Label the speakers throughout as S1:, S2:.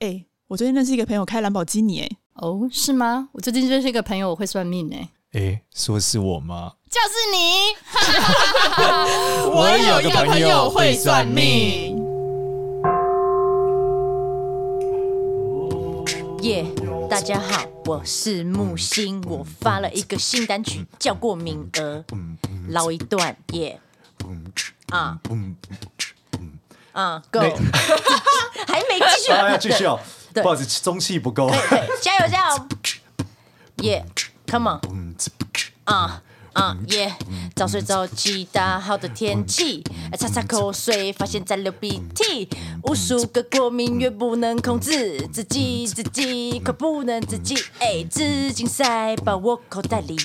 S1: 哎、我最近认识一个朋友开兰博基尼、哎，
S2: 哦，是吗？我最近认识一个朋友，我会算命哎、
S3: 诶，说是我吗？
S2: 就是你。
S3: 我有个朋友会算命。
S4: 耶大家好，我是木星，我发了一个新单曲，叫过敏儿，捞一段耶。啊啊，Go！还没继 续，
S5: 啊，要继续哦，
S4: 对
S5: 不好意思，中气不够。
S4: 对，加油加油！耶、c o m e on！啊啊耶！早睡早起，大好的天气，哎擦擦口水，发现在流鼻涕，无数个过敏源不能控制，自己自己快不能自己，哎，紫金塞把我口袋里，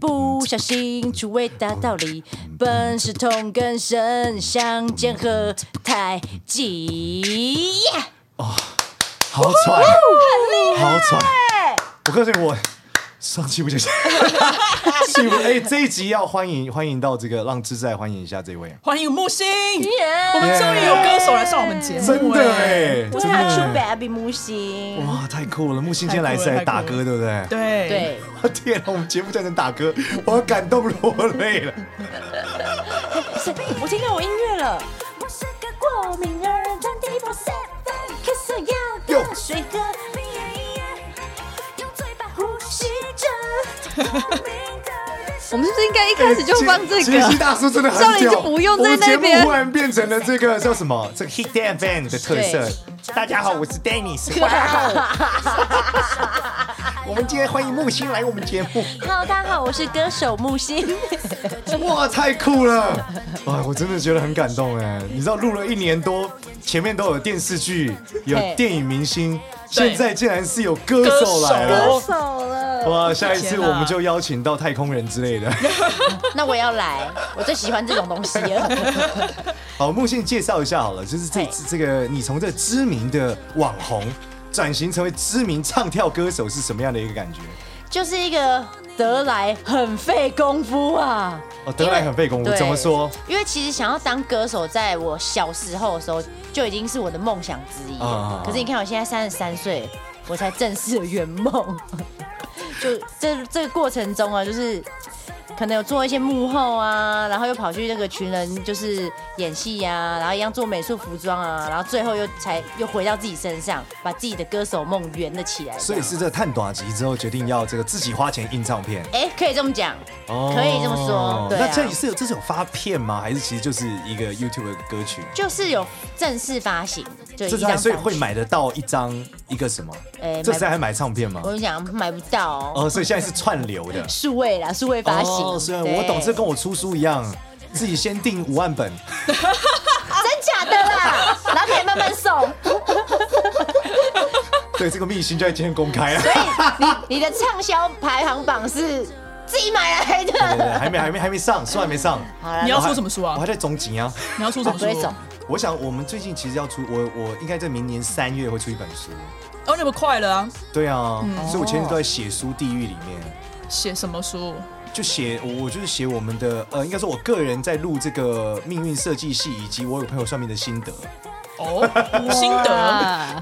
S4: 不小心触味大道理，本是同根生，相煎何太急。
S5: 好喘，好喘！我告诉你，我上气不接下，气不哎、这一集要欢迎欢迎到这个让志在欢迎一下这位，
S1: 欢迎木星我
S4: 耶
S1: 们终于有歌手来上我们节目、
S5: 真的哎、
S4: 对
S5: 真
S4: 啊，出
S5: 的
S4: baby 木星。
S5: 哇，太酷了！木星今天来是来打歌，对不对？
S1: 对，
S4: 对，
S5: 我天啊，我们节目叫成打歌，我感动落泪了。
S4: 是我听到我音乐了。
S6: 我是个过敏儿，占地方 seven，咳嗽要
S5: 哟
S6: 的水喝，用嘴巴呼吸 着。过敏的人
S2: 我们是不是应该一开始就放这
S5: 杰西
S2: 个？
S5: 大叔真的很
S2: 少林
S5: 屌，
S2: 就不用在那边
S5: 我们节目忽然变成了这个叫什么？这个 Hit Dan Fan 的特色。大家好，我是 Dennis。哇哦 我们今天欢迎木星来我们节目。
S4: Hello，大家好，我是歌手木星。
S5: 哇，太酷了！哇，我真的觉得很感动哎。你知道录了一年多，前面都有电视剧，有
S4: 对
S5: 电影明星，
S1: 对
S5: 现在竟然是有歌手来了。
S4: 手了，
S5: 哇，下一次
S1: 天哪
S5: 我们就邀请到太空人之类的。
S4: 那我要来，我最喜欢这种东西了。
S5: 好，木信介绍一下好了，就是这
S4: 嘿
S5: 这个你从这知名的网红转型成为知名唱跳歌手是什么样的一个感觉？
S4: 就是一个得来很费功夫啊。
S5: 哦，得来很费功夫，
S4: 对
S5: 怎么说？
S4: 因为其实想要当歌手，在我小时候的时候就已经是我的梦想之一了。
S5: 啊
S4: 可是你看，我现在三十三岁，我才正式的圆梦。 就这这个过程中啊，就是可能有做一些幕后啊，然后又跑去那个群人，就是演戏啊，然后一样做美术服装啊，然后最后又才又回到自己身上，把自己的歌手梦圆了起来。
S5: 所以是这探短集之后决定要这个自己花钱印唱片，
S4: 哎、可以这么讲，
S5: 哦
S4: 可以这么说对啊
S5: 那这里是有这是有发片吗？还是其实就是一个 YouTube 的歌曲？
S4: 就是有正式发行，就
S5: 这
S4: 一
S5: 张
S4: 张，
S5: 所以会。买得到一张一个什么？
S4: 哎
S5: 这
S4: 买
S5: 时候还买唱片吗
S4: 我？跟你讲，买不到哦
S5: 哦，所以现在是串流的。
S4: 数位啦，数位发行。
S5: 哦，是啊，
S4: 对
S5: 我懂，这跟我出书一样，自己先订五万本。
S4: 啊真假的啦， 然后可以慢慢送。
S5: 对，这个秘辛就在今天公开了。
S4: 你的畅销排行榜是自己买来
S5: 对对对
S4: 的。
S5: 还没还没还没上，书还没上。
S4: 好了
S1: 你，要
S5: 我还
S1: 出什么书
S5: 我
S1: 啊哦
S5: 还？在总结啊。
S1: 你要出什么
S4: 不
S1: 书？
S4: 会走
S5: 我想我们最近其实要出，我我应该在明年三月会出一本书。
S1: 哦，你们快了啊！
S5: 对啊，所以我前阵都在写书地狱里面，
S1: 写什么书？
S5: 就写我我就是写我们的呃，应该说我个人在录这个命运设计系，以及我有朋友算命的心得。
S1: 哦，心得。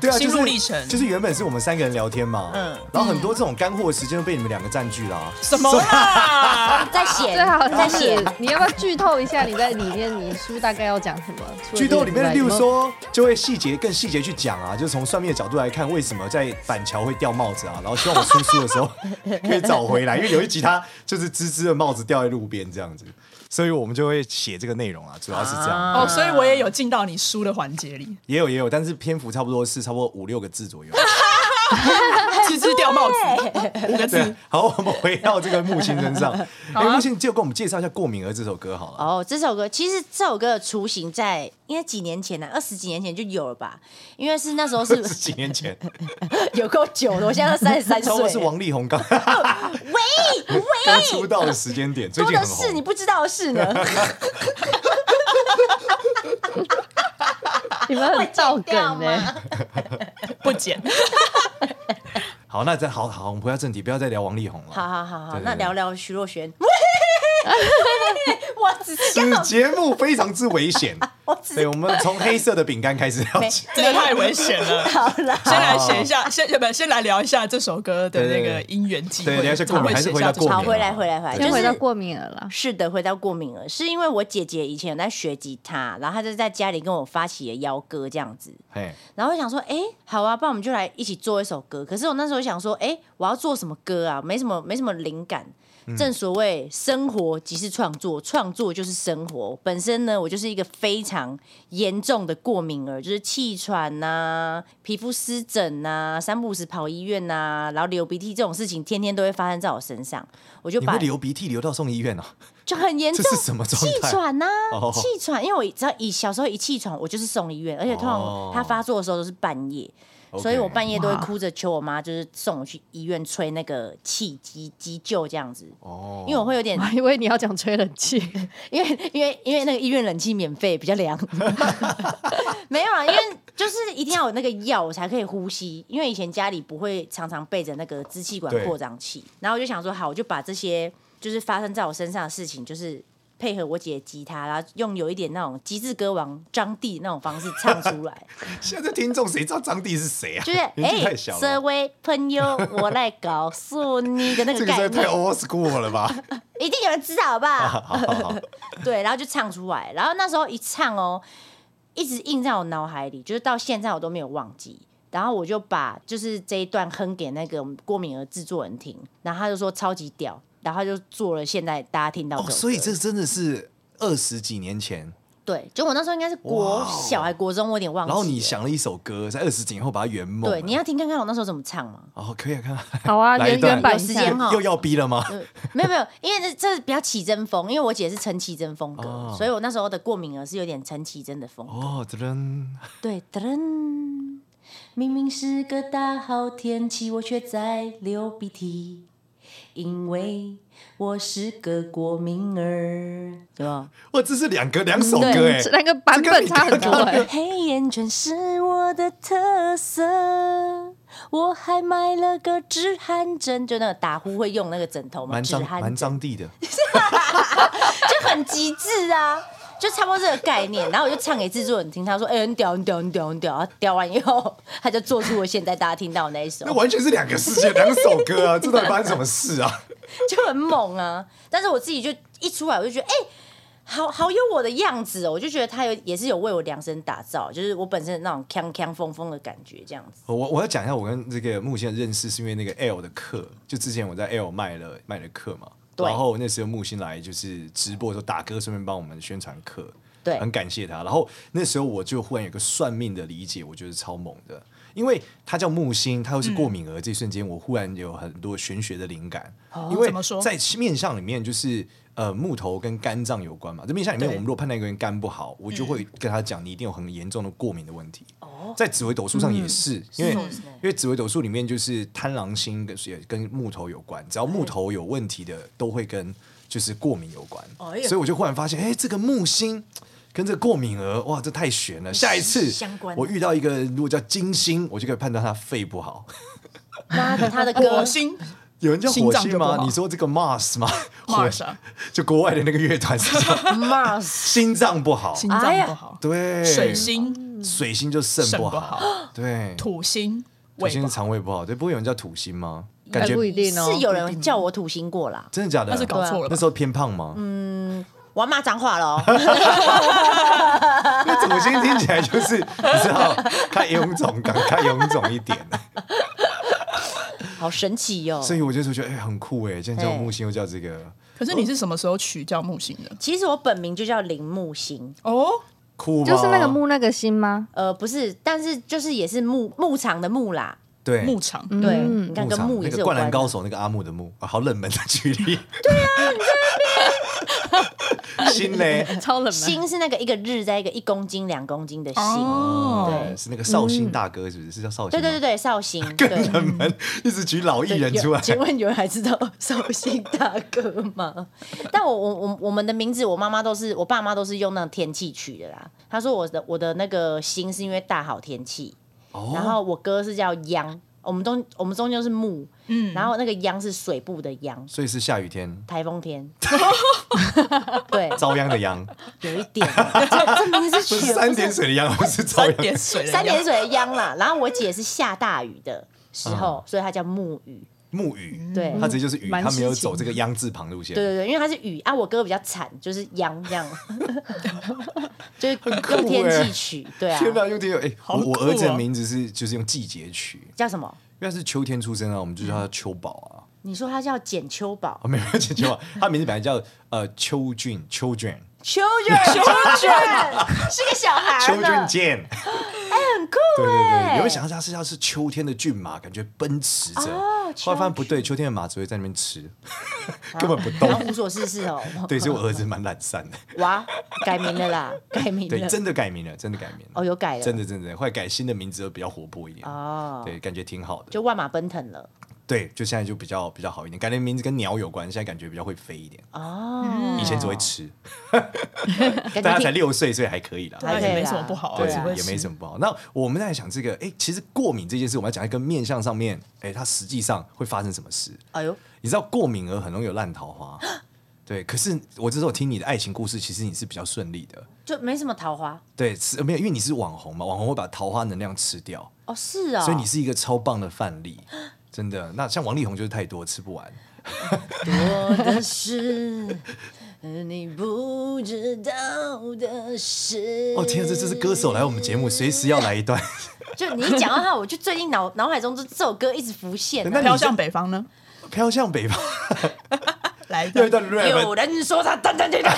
S5: 对啊，
S1: 心
S5: 就是
S1: 路历程
S5: 就是原本是我们三个人聊天嘛，嗯，然后很多这种干货的时间都被你们两个占据了、啊。
S1: 什么啦？
S4: 在写，
S2: 最好
S4: 在
S2: 就
S4: 写
S2: 是。 你要不要剧透一下你在里面你书大概要讲什么？除了
S5: 剧透里面的，
S2: 这
S5: 例
S2: 个
S5: 如
S2: 之外，
S5: 说，就会细节更细节去讲啊，就是从算命的角度来看，为什么在板桥会掉帽子啊，然后希望我出书的时候可以找回来，因为有一集他就是吱吱的帽子掉在路边这样子，所以我们就会写这个内容啊，主要是这样，
S1: 哦，所以我也有进到你书的环节 里，
S5: 也有也有，但是篇幅差不多是差不多五六个字左右。
S1: 吱吱掉帽子，五个字。
S5: 对，好，我们回到这个木星身上，哎、
S1: 啊
S5: 木星就跟我们介绍一下《过敏儿》这首歌好了。
S4: 哦，这首歌其实这首歌的雏形在应该几年前呢、啊，二十几年前就有了吧？因为是那时候是
S5: 是 几年前，
S4: 有够久了，我现在三十三
S5: 差不多
S4: 岁。
S5: 是王力宏刚
S4: 喂
S5: 刚
S4: 喂，
S5: 出道的时间点，最
S4: 多
S5: 近
S4: 的
S5: 很
S4: 是
S5: 红
S4: 你。不知道的事呢。
S2: 你们很造梗欸
S4: 掉
S2: 呢、
S4: 吗
S1: 不剪。
S5: 好，那再好好，我们回到正题，不要再聊王力宏了。
S4: 好好好好，
S5: 对对
S4: 那
S5: 对
S4: 聊聊徐 若瑄。我只是
S5: 此节目非常之危险，
S4: 我子。
S5: 对，我们从黑色的饼干开始聊起。
S1: 这个太危险了。
S4: 好啦，
S1: 先来写一下，先不先来聊一下这首歌的那
S5: 对对
S1: 个
S5: 对
S1: 因缘机
S5: 对
S1: 会。
S5: 聊一下过敏
S1: 怎么会
S5: 还是
S1: 写
S5: 回
S1: 下
S5: 到
S1: 这首
S5: 过敏
S4: 好，
S1: 歌
S4: 回来回来回来，
S2: 先
S4: 就
S2: 回到
S4: 是。
S2: 过敏儿了。
S4: 是的，回到过敏儿，是因为我姐姐以前有在学吉他，然后她就在家里跟我发起了邀歌这样子，
S5: 嘿，
S4: 然后我想说，哎、好啊，不然我们就来一起做一首歌。可是我那时候想说，哎、我要做什么歌啊？没什么，没什么灵感。
S5: 嗯
S4: 嗯正所谓生活即是创作，创作就是生活。本身呢，我就是一个非常严重的过敏儿，就是气喘呐、皮肤湿疹呐、三不五时跑医院呐、然后流鼻涕这种事情，天天都会发生在我身上。我就
S5: 你会
S4: 把
S5: 流鼻涕流到送医院啊？
S4: 就很严重，
S5: 这是什么状
S4: 气
S5: 态
S4: 喘呐、
S5: 哦
S4: 气喘，因为我只要一小时候一气喘，我就是送医院，而且通
S5: 哦
S4: 常他发作的时候都是半夜。
S5: OK
S4: 所以我半夜都会
S2: 哇
S4: 哭着求我妈，就是送我去医院吹那个气急急救这样子，
S5: 哦，
S4: 因为我会有点
S2: 我，还以为你要讲吹冷气，
S4: 因为因为因为那个医院冷气免费，比较凉。 没有啊，因为就是一定要有那个药我才可以呼吸，因为以前家里不会常常备着那个支气管
S5: 对
S4: 扩张器，然后我就想说，好，我就把这些就是发生在我身上的事情，就是。配合我姐的吉他，然后用有一点那种极致歌王张帝那种方式唱出来，
S5: 现在听众谁知道张帝是谁啊？
S4: 就是
S5: 年纪
S4: 哎
S5: 太，小
S4: 这
S5: 了，
S4: 位朋友，我来告诉你的那
S5: 这
S4: 个
S5: 个
S4: 概
S5: 实在太
S4: 念，
S5: old 啊 school 了吧？
S4: 一定有人知道吧？
S5: 好好好，
S4: 对，然后就唱出来，然后那时候一唱哦，一直印在我脑海里，就是到现在我都没有忘记。然后我就把就是这一段哼给那个我们郭敏儿制作人听，然后他就说超级屌，然后他就做了现在大家听到这
S5: 哦，
S4: 首歌、
S5: 所以这真的是二十几年前，
S4: 对，就我那时候应该是国
S5: 哇哦
S4: 小还国中，我有点忘记
S5: 然
S4: 了。
S5: 后你想了一首歌，在二十几年后把它圆梦。啊
S4: 对，你要听看看我那时候怎么唱吗？
S5: 哦，可以啊，看看
S2: 好啊，
S5: 来一
S2: 原
S5: 段
S2: 原版
S4: 有时间哈
S5: 又要逼了吗？
S4: 对，没有没有，因为这这比较起真风，因为我姐是陈绮贞风格，
S5: 哦
S4: 所以我那时候的过敏儿是有点陈绮贞的风格。
S5: 哦，这人
S4: 对，噔，明明是个大好天气，我却在流鼻涕，因为我是个过敏儿，对 吧？
S5: 哇，这是两个两首歌哎
S4: 嗯 对，
S2: 嗯那个版本差很多
S5: 这跟你刚
S2: 哎、
S5: 刚
S4: 黑眼圈是我的特色，我还买了个止汗针，就那个打呼会用那个枕头嘛，
S5: 蛮
S4: 止
S5: 张
S4: 汗
S5: 蛮
S4: 针
S5: 张帝的。
S4: 就很极致啊。就差不多这个概念，然后我就唱给制作人听，他说：“哎、很屌，很屌，很屌，很屌。”他屌完以后，他就做出我现在大家听到的那一首
S5: 那。完全是两个世界，两首歌啊！这到底发生什么事啊？
S4: 就很猛啊。但是我自己就一出来，我就觉得，哎、好好有我的样子哦，我就觉得他有也是有为我量身打造，就是我本身的那种锵锵风风的感觉，这样子。
S5: 我我要讲一下我跟这个木星的认识，是因为那个 L 的课，就之前我在 L 卖了卖了课嘛，
S4: 对
S5: 然后那时候木星来就是直播的时候，打歌顺便帮我们宣传课，
S4: 对
S5: 很感谢他。然后那时候我就忽然有个算命的理解，我觉得超猛的，因为他叫木星，他又
S1: 嗯
S5: 是过敏儿，这一瞬间我忽然有很多玄学的灵感，因为
S1: 哦怎么说
S5: 在面相里面就是。呃，木头跟肝脏有关嘛？这面相里面，我
S1: 对嗯
S5: 们如果判断一个人肝不好，我就会跟他讲，你一定有很严重的过敏的问题。
S1: 哦
S5: 在紫微斗数上
S1: 嗯
S5: 也是，因为
S4: 是
S5: 因为紫微斗数里面就是贪狼星跟也跟木头有关，只要木头有问题的，都会跟就是过敏有关。
S1: 哦
S4: 哎呀
S5: 所以我就忽然发现，哎、这个木星跟这个过敏儿，哇，这太悬了。下一次
S4: 相关
S5: 我遇到一个如果叫金星，我就可以判断他肺不好。
S4: 那他的歌
S1: 火，星
S5: 有人叫
S1: 心
S5: 火
S1: 脏
S5: 星
S1: 就不
S5: 吗？
S1: 好
S5: 你说这个 Mars 吗
S1: Mars 啊
S5: 就国外的那个乐团是 这样
S4: Mars
S5: 心脏不好，
S1: 心
S4: 哎
S1: 脏
S4: 呀
S1: 不好，
S5: 对，
S1: 水星
S5: 水星就肾
S1: 肾
S5: 不
S1: 不
S5: 好，
S1: 好，
S5: 对，
S1: 土星
S5: 土
S1: 胃
S5: 星
S1: 不
S5: 是
S1: 好，
S5: 肠胃不好，对，不会有人叫土星吗？感
S2: 哎
S5: 觉
S2: 不一定哦
S4: 是。有人叫我土星过啦，
S5: 真的假的？
S1: 那是搞错了吧
S5: 那时候偏胖吗？嗯，
S4: 我要骂脏话了哦。
S5: 那土星听起来就是你知道，太臃肿，感太臃肿一点。
S4: 好神奇哦哟、
S5: 所以我就觉得哎、很酷哎，现在叫木星又叫这个
S1: 可是你是什么时候取叫木星的？
S4: 其实我本名就叫林木星，
S1: 哦，
S5: 酷吗？
S2: 就是那个木那个星吗？
S4: 呃，不是，但是就是也是牧牧场的牧啦。
S5: 对
S1: 牧场，
S4: 对，
S2: 嗯
S4: 你看
S5: 牧
S4: 跟
S5: 场
S4: 牧也
S5: 那
S4: 是
S5: 个
S4: 有
S5: 灌
S4: 关
S5: 篮
S4: 的。
S5: 高手那个阿木的木，啊好冷门的距离。对啊，你在那边。心嘞，
S2: 超冷门。
S4: 星是那个一个日在一个一公斤两公斤的星，
S1: 哦，
S5: 嗯对，是那个绍兴大哥，是不是？是叫绍兴？
S4: 对对对，对，绍兴。对。
S5: 更冷门，一直举老艺
S4: 对
S5: 人
S4: 有
S5: 出来。
S4: 请问有人还知道绍兴大哥吗？ 但我我我我们的名字，我妈妈都是，我爸妈都是用那种天气取的啦。
S5: 哦
S4: 他说我的我的那个星是因为大好天气，然后我哥是叫央，我们中我们中间是木，嗯，然后那个央是水部的央，
S5: 所以是下雨天
S4: 台风 天，对，
S5: 遭殃的殃，
S4: 有一点，这这名字 是
S5: 不是
S4: 取
S5: 三点水的殃，不是遭
S1: 三
S5: 殃。
S1: 点 水的
S4: 三点水的央啦。然后我姐是下大雨的时候，
S5: 啊
S4: 所以她叫木雨，
S5: 木雨，
S4: 对。
S5: 它直接就是雨，
S2: 蛮
S5: 它没有
S2: 诗情
S5: 走这个殃字旁路线。
S4: 对对对，因为她是雨啊，我哥比较惨，就是央这 样，就是用天气取，对啊，
S5: 欸天哪，用这个哎，我
S1: 酷
S5: 我儿子的
S1: 哦
S5: 名字是就是用季节取，因
S4: 叫什么？
S5: 为他是秋天出生啊，我们就叫他秋宝啊。
S4: 你说他叫简秋宝
S5: 哦，没有秋秋宝，他名字本来叫呃秋俊秋俊
S4: ，children children 是个小孩
S5: 秋俊
S4: 呢，
S5: 健，
S4: 很酷
S5: 对对
S4: 哎、
S5: 对，有没有想到他是他是秋天的骏马，感觉奔驰着
S4: 哦。
S5: 后来发现不对，秋天的马只会在那边吃， 根本不动
S4: 然后。无 所事事哦，
S5: 对，所以我儿子蛮懒散的。
S4: 哇，改名了啦，改名
S5: 对，
S4: 了，
S5: 真的改名了，真的改名了。
S4: 哦有改了
S5: 真的真的，后来改新的名字就比较活泼一点。
S4: 哦，
S5: 对，感觉挺好的。
S4: 就万马奔腾了
S5: 对，就现在就比较比较好一点，感觉名字跟鸟有关，现在感觉比较会飞一点。
S4: 哦，嗯
S5: 以前只会吃，
S4: 感
S5: 大家
S4: 觉
S5: 才
S4: 挺
S5: 六岁，所以还可以啦。
S4: 还
S1: 那
S4: 可以
S1: 也没
S4: 啦
S1: 什么不好啊，
S5: 对
S1: 只会，
S5: 也
S1: 吃
S5: 没什么不好。那我们在想这个，哎、其实过敏这件事，我们要讲一个面相上面，哎、它实际上会发生什么事？
S4: 哎呦，
S5: 你知道过敏儿很容易有烂桃花，对。可是我这时候听你的爱情故事，其实你是比较顺利的，
S4: 就没什么桃花
S5: 对，吃没有，因为你是网红嘛，网红会把桃花能量吃掉，
S4: 哦，是哦，
S5: 所以你是一个超棒的范例，真的。那像王力宏就是太多吃不完，
S4: 多的是你不知道的事。
S5: 哦天啊，这这是歌手来我们节目，随时要来一段。
S4: 就你一讲到他，我就最近脑脑海中就这首歌一直浮现
S5: 那
S4: 啊、
S5: 你
S1: 飘向北方呢？
S5: 飘向北 方，
S1: 来一
S5: 又一
S1: 段，
S5: 段 rap，
S4: 有人说他当当当当，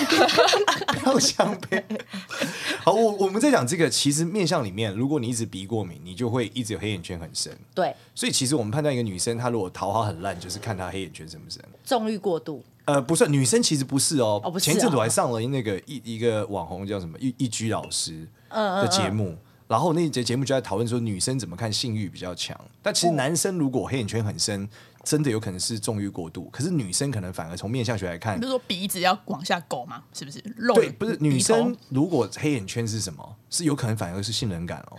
S5: 飘向北。 好，我我们在讲这个，其实面相里面，如果你一直鼻过敏，你就会一直有黑眼圈很深。
S4: 对，
S5: 所以其实我们判断一个女生，她如果桃花很烂，就是看她黑眼圈深不深。
S4: 纵欲过度，
S5: 呃，不算，女生其实不是哦。
S4: 哦不是啊
S5: 前阵子我还上了那个一一个网红叫什么一一居老师
S4: 嗯
S5: 的节目，然后那一节节目就在讨论说女生怎么看性欲比较强，但其实男生如果黑眼圈很深，真的有可能是纵欲过度，可是女生可能反而从面相学来看
S1: 你就，说鼻子要往下勾嘛，是不是？露
S5: 对，
S1: 着
S5: 不是
S1: 鼻
S5: 女
S1: 头
S5: 生如果黑眼圈是什么，是有可能反而是性冷感 哦。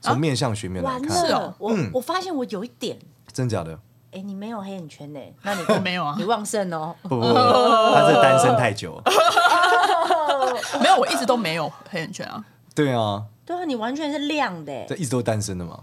S5: 从面相学面来
S4: 啊完
S5: 看，嗯
S1: 是
S4: 了，
S1: 哦
S4: 我、我发现我有一点，
S5: 真假的？
S4: 哎、你没有黑 眼圈呢、那你
S1: 我没有啊
S4: 你，旺 盛哦，
S5: 不不不，不她是单身太久。
S1: 没有，我一直都没有黑眼圈啊。
S5: 对啊，
S4: 对啊，你完全是亮的、欸
S5: 这。一直都单身的嘛。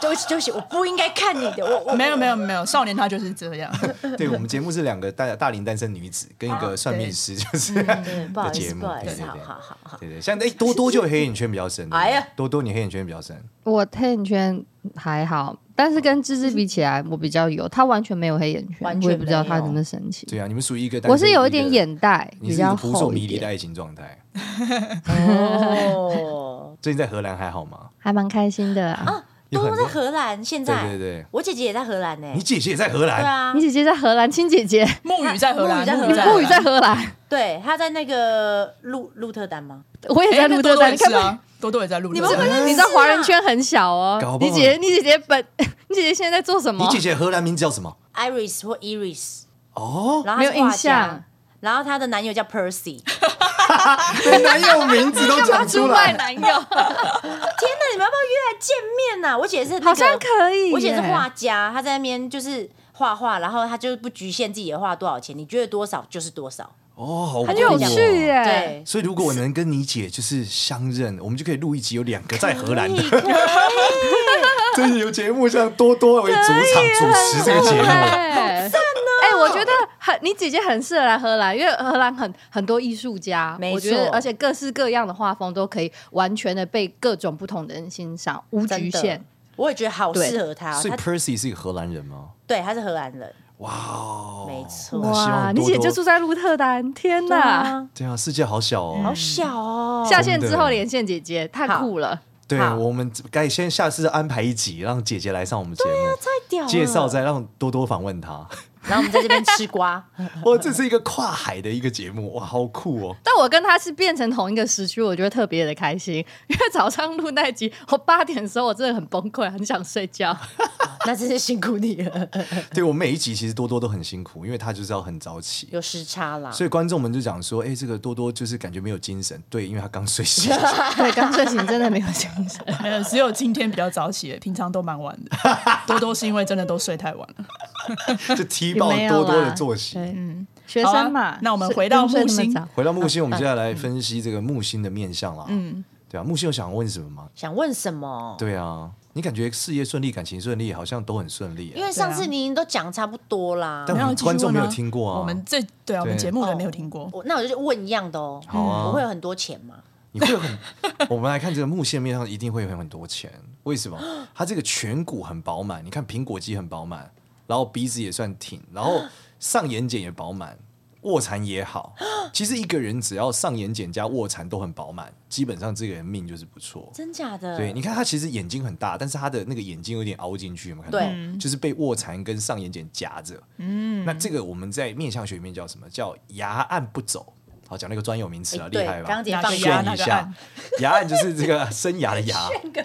S4: 对不起，对不起，我不应该看你的，我 我
S1: 没有没有没有，少年他就是这样。
S5: 对我们节目是两个大大龄单身女子跟一个算命师，就是
S4: 啊对嗯不
S5: 的
S4: 好意
S5: 节
S4: 思，
S5: 目，
S4: 不好意
S5: 对
S4: 思，
S5: 对
S4: 好
S5: 对
S4: 好好好，
S5: 对对，像哎多多就黑眼圈比较深，
S4: 哎呀
S5: 多多你黑眼圈比较深，
S2: 我黑眼圈还好，但是跟芝芝比起来，我比较有，她完全没有黑眼圈，
S4: 完全
S2: 我也不知道她
S4: 没有
S2: 能不能神奇。
S5: 对啊，你们属于一个单身
S2: 我是有一点
S5: 个，
S2: 眼袋
S5: 你
S2: 比
S5: 是一个
S2: 较
S5: 扑朔
S2: 厚
S5: 迷
S2: 一
S5: 离的
S2: 点，
S5: 爱情状态。
S1: 啊
S4: 哦，
S5: 最近在荷兰还好吗？
S2: 还蛮开心的啊。
S4: 啊，多多在荷兰，现在
S5: 对对对
S4: 我姐姐也在荷兰呢、
S5: 你姐姐也在荷
S4: 对
S5: 兰，
S4: 啊
S2: 你，姐姐在荷兰，亲姐姐，
S1: 木鱼在荷兰，
S4: 木
S1: 鱼
S4: 鱼在荷兰
S2: 木语 在荷兰，
S4: 对，她在那个鹿鹿特丹吗？
S2: 我也
S1: 哎
S2: 在
S1: 那
S2: 鹿
S1: 多
S2: 特
S1: 多
S2: 丹。
S1: 也
S2: 你看
S1: 是
S2: 吧，
S1: 啊，多多也在鹿
S4: 你
S1: 特
S4: 们会不
S1: 丹。
S4: 会
S2: 你知道华人圈很小
S5: 搞
S2: 哦。
S5: 不
S2: 你
S5: 好
S2: 姐，你姐姐本， 你姐姐现在在做什
S5: 你
S2: 么？
S5: 姐姐荷兰名字叫什么？
S4: Iris 或 Iris，
S5: 哦，
S4: 然后
S2: 没
S4: 她
S2: 有
S4: 是画
S2: 印象
S4: 家，然后她的男友叫 Percy。天
S5: 连男友名字都讲出
S2: 出卖
S5: 来，
S2: 男友，
S4: 哪，你们要不要约来见面呐、我姐是、那个、
S2: 好像可以耶。
S4: 我姐是画家，她在那边就是画画，然后她就不局限自己的画多少钱，你觉得多少就是多少。
S5: 哦，好
S2: 很有
S5: 酷哦
S2: 趣。耶。
S4: 对，
S5: 所以如果我能跟你姐就是相认，我们就可以录一集，有两个在荷兰的，
S4: 可以
S5: 真是有节目像多多为主场主持这个 节目。
S2: 哎，
S4: 哦
S2: 我觉得很，你姐姐很适合来荷兰，因为荷兰很很多艺术家，
S4: 没
S2: 我觉得
S4: 错
S2: 而且各式各样的画风都可以完全的被各种不同的人欣赏，无局
S4: 真的
S2: 限。，
S4: 我也觉得好适合她哦。
S5: 所以
S4: 她
S5: Percy 是一个荷兰人吗？
S4: 对，她是荷兰人，
S5: 哇哦，
S4: 没错
S5: 那希望
S2: 你
S5: 多多
S2: 姐就住在鹿特丹，天
S4: 对
S2: 哪！
S4: 啊，
S5: 对啊，世界好小
S4: 好
S5: 哦。
S4: 小哦。
S2: 下线
S5: 真的
S2: 之后连线姐姐，太酷了。
S5: 对，啊
S4: 好
S5: 我们该先下次安排一集，让姐姐来上我们节目，
S4: 太屌了！
S5: 介绍，再让多多访问她。
S4: 然后我们在这边吃瓜，
S5: 哇，这是一个跨海的一个节目，哇，好酷哦！
S2: 但我跟她是变成同一个时区，我觉得特别的 开心，因为早上录那集，我八点的时候我真的很崩溃，很想睡觉。
S4: 那真是辛苦你了，
S5: 对我每一集其实多多都很辛苦，因为他就是要很早起，
S4: 有时差啦。
S5: 所以观众们就讲说，哎、这个多多就是感觉没有精神，对，因为他刚睡醒。
S3: 啊
S2: 对，刚睡醒真的没有精神。
S3: 没有，只有今天比较早起，平常都蛮晚的。多多是因为真的都睡太晚了。
S5: 就踢爆多多的作息。
S2: 嗯，学
S3: 好啊
S2: 生嘛，
S3: 那我们
S2: 睡
S3: 回到
S2: 不睡那
S3: 木
S2: 么
S3: 星
S2: 早
S5: 回到木星，我们接下来分析这个木星的面相啦。嗯，对啊，木星有想问什么吗？
S4: 想问什么？
S5: 对啊，你感觉事业顺利、感情顺利，好像都很顺利、
S4: 因为上次你都讲差不多啦。
S5: 啊但我
S3: 没有
S5: 们
S3: 继续
S5: 观众没有
S3: 问啊
S5: 听过啊。
S3: 我们这对啊，我们
S5: 对
S3: 节目
S4: 哦
S3: 人没有听过。
S4: 我那我就问一样的哦。
S5: 好啊
S4: 我会有很多钱吗？
S5: 你会很，我们来看这个木线面上一定会有很多钱，为什么？它这个颧骨很饱满，你看苹果肌很饱满，然后鼻子也算挺，然后上眼睑也饱满，卧蚕也好。其实一个人只要上眼睑加卧蚕都很饱满，基本上这个人命就是不错。
S4: 真假的？哎
S5: 对，你看他其实眼睛很大，但是他的那个眼睛有点凹进去，有没有看到？
S4: 对
S5: 就是被卧蚕跟上眼睑夹着。嗯，那这个我们在面相学里面叫什么？叫牙暗不走。好，讲那个专有名词啊，
S4: 哎
S5: 厉
S4: 对
S5: 害吧？
S4: 刚刚姐
S3: 哪
S4: 放
S3: 个
S4: 牙
S5: 炫
S3: 那
S5: 一
S3: 个
S5: 下
S3: 岸，
S5: 牙岸就是这个生涯的牙，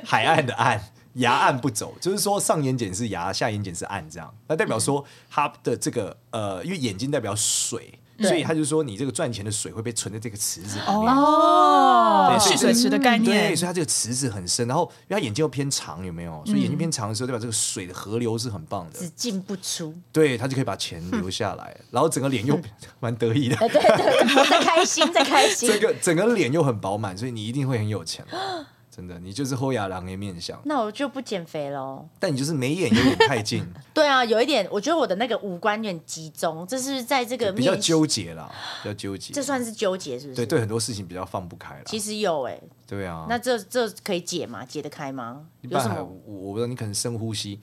S5: 海岸的岸，牙岸不走，就是说上眼睑是牙，下眼睑是岸，这样，那代表
S3: 嗯
S5: 说它的这个呃，因为眼睛代表水，所以他就说你这个赚钱的水会被存在这个池子里面。
S3: 哦
S5: 啊对所以
S3: 蓄水池的概
S5: 对，
S3: 念
S5: 所以它这个池子很深，然后因为它眼睛又偏长，有没有？所以眼睛偏长的时候，代表这个水的河流是很棒的
S4: 只，进不出，
S5: 对，它就可以把钱留 下来，然后整个脸又蛮得意的，
S4: 在开心，在开心
S5: 这。个整个脸又很饱满，所以你一定会很有钱的，真的，你就是后牙狼的面相。
S4: 那我就不减肥喽。
S5: 但你就是眉眼有点 太近，
S4: 对啊，有一点，我觉得我的那个五官有点集中，这是在这个
S5: 比较
S4: 面
S5: 纠结啦，比较纠结。
S4: 这算是纠结是不是？
S5: 对对，很多事情比较放不开啦。
S4: 其实有哎、
S5: 对啊，
S4: 那这这可以解吗？解得开吗？
S5: 一
S4: 有
S5: 般
S4: 什
S5: 还
S4: 么
S5: 我我不知道，你可能深 呼吸，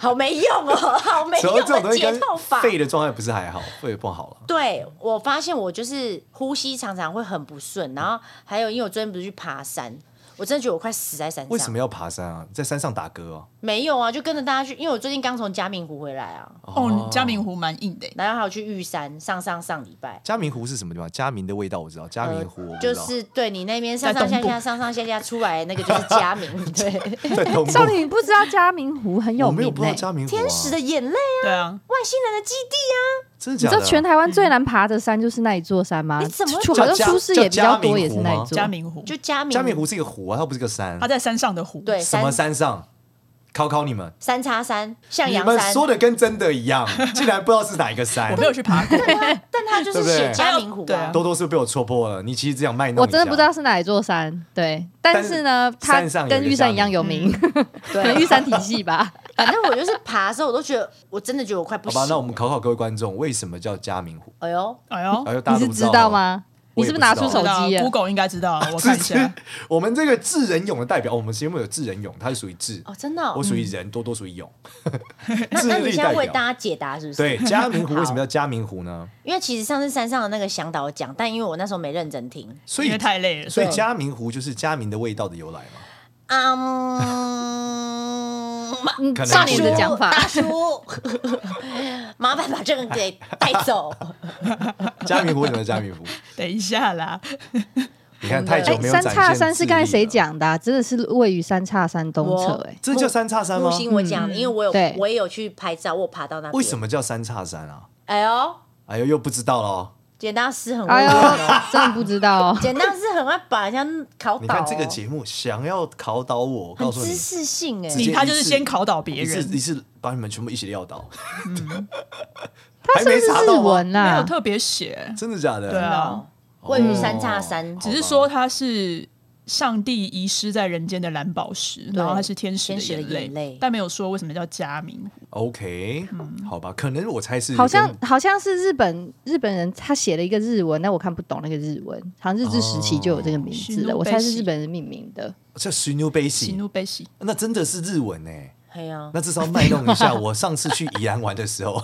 S4: 好没用哦， 好没
S5: 然后这种
S4: 用
S5: 东
S4: 的
S5: 西
S4: 解
S5: 跟
S4: 套法。
S5: 肺的状态不是还好，肺不好了。
S4: 对我发现我就是呼吸常常会很不顺，然后还有因为我最近不是去爬山，我真的觉得我快死在山上。
S5: 为什么？要爬山啊？在山上打嗝哦。
S4: 没有啊，就跟着大家去，因为我最近刚从嘉明湖回来啊，
S3: 哦，嘉明湖蛮硬的欸。
S4: 然后还有去玉山，上上上礼拜。
S5: 嘉明湖是什么地方？嘉明的味道我知道，嘉明湖我不
S4: 呃就
S5: 知道，
S4: 是对你那边上
S3: 在
S4: 上下
S3: 东部
S4: 下、上上下下出来的那个就是嘉明，对，
S5: 在东部。
S2: 少女不知道嘉明湖很有
S5: 我没有
S2: 名欸
S5: 不知
S2: 呢、
S5: 道嘉明湖啊。
S4: 欸天使的眼泪啊，
S3: 对啊，
S4: 外星人的基地啊，
S5: 真的
S2: 你
S5: 假
S2: 知道
S5: 的？
S2: 全台湾最难爬的山就是那一座山吗？
S4: 你怎么
S2: 出
S5: 叫
S2: 好像
S5: 嘉
S2: 出事
S5: 叫
S2: 也比较
S5: 嘉明
S2: 多，也是
S5: 湖
S2: 那
S5: 吗
S2: 一座。
S3: 嘉明湖
S4: 就嘉明
S5: 嘉明湖是一个湖啊，它不是个山。
S3: 它在山上的湖。
S4: 对
S5: 什么
S4: 三
S5: 山上？考考你们，
S4: 三叉山、向
S5: 你
S4: 阳
S5: 们
S4: 山，
S5: 说的跟真的一样，竟然不知道是哪一个山
S3: 我。没有去 爬过，
S4: 但他就是
S5: 对不对
S4: 写嘉明湖
S3: 对啊
S5: 多多是不是被我戳破了？你其实只想卖弄
S2: 我
S5: 一
S2: 真的不
S5: 下
S2: 知道是哪一座山，对，但是呢，它
S5: 山上有一个嗯
S2: 跟玉山一样有名， 可能玉山体系吧。
S4: 反正我就是爬的时候，我都觉得我真的觉得我快不
S5: 好
S4: 行。
S5: 吧，那我们考考各位观众，为什么叫嘉明湖？
S4: 哎呦，
S3: 哎 呦，
S5: 哎呦，大
S2: 你
S5: 家都
S2: 是
S5: 不
S2: 知
S5: 道
S2: 道
S5: 哦？
S2: 吗？
S5: 我
S2: 你是
S5: 也不
S2: 不
S5: 知
S2: 是
S5: 道
S2: 拿出手
S4: 啊
S2: 机啊了？
S3: Google 应该知道，啊我
S5: 这
S3: 看一下
S5: 是。我们这个智人俑的代表，哦我们节目有智人俑，他是属于智，
S4: 哦，真的哦、
S5: 我属于人，多多 属于俑。
S4: 那
S5: 智
S4: 那你
S5: 力
S4: 现在
S5: 代
S4: 为
S5: 表。
S4: 大家解答是不是？
S5: 对，嘉明湖为什么叫嘉明湖呢？
S4: 因为其实上次山上的那个向导讲，但因为我那时候没认真听，
S5: 所
S3: 因
S5: 以
S3: 为太累了，
S5: 所以
S4: 对
S5: 嘉明湖就是嘉明的味道的由来嘛。
S4: 嗯，
S2: 嗯
S5: 可能
S2: 少年
S5: 是
S2: 的讲法
S4: 大叔，麻烦把这个给带 走。
S5: 嘉明湖为什么叫嘉 明湖？
S3: 等一下啦，
S5: 你看太久没有
S2: 哎三
S5: 展
S2: 叉
S5: 现
S2: 山是刚才
S5: 智力
S2: 谁
S5: 了？
S2: 讲的啊？真的是位于三叉山东侧
S4: 我，
S2: 哎，
S5: 这叫三叉山吗
S4: 木？星我讲，因为我有
S2: 嗯对
S4: 我也有去拍照，我有爬到那边。
S5: 为什
S4: 么？
S5: 么叫三叉山啊？
S4: 哎呦，
S5: 哎呦，又不知道喽。
S4: 简大师很
S2: 哎
S4: 会
S2: 呦
S4: 玩哦，
S2: 真的不知道哦。
S4: 简大师很会把人家考倒、哦。
S5: 你看这个节目想要考倒我，我告
S4: 很
S5: 诉你
S4: 知，识性哎、
S5: 直接
S3: 你他就是
S5: 一次
S3: 先考倒别
S5: 一次
S3: 人，嗯
S5: 一次把你们全部一起撂倒。
S2: 它
S5: 还
S2: 是不
S5: 没
S2: 是
S5: 查
S2: 日
S5: 到吗？
S2: 文
S3: 没有
S2: 啊？
S3: 特别写，
S5: 真的假的？
S3: 对啊，
S4: 哦位于三叉山，
S5: 哦
S3: 只是说他是上帝遗失在人间的蓝宝石，然后他是天使
S4: 天使
S3: 的
S4: 的眼
S3: 眼
S4: 泪
S3: 泪，但没有说为什么叫嘉明湖。
S5: OK，好
S3: 嗯
S5: 吧，可能我猜是
S2: 好像
S5: 跟
S2: 好像是日本日本人他写了一个日文，但我看不懂那个日文，好像日治时期就有这个名字了，
S3: 哦
S2: 我猜是日本人命名的。
S5: 叫 s h i n u b a
S3: 喜
S5: s
S3: 怒悲喜，
S5: 那真的是日文呢、欸
S4: 哎呀，
S5: 那至少卖弄一 下。我上次去宜兰玩的时候，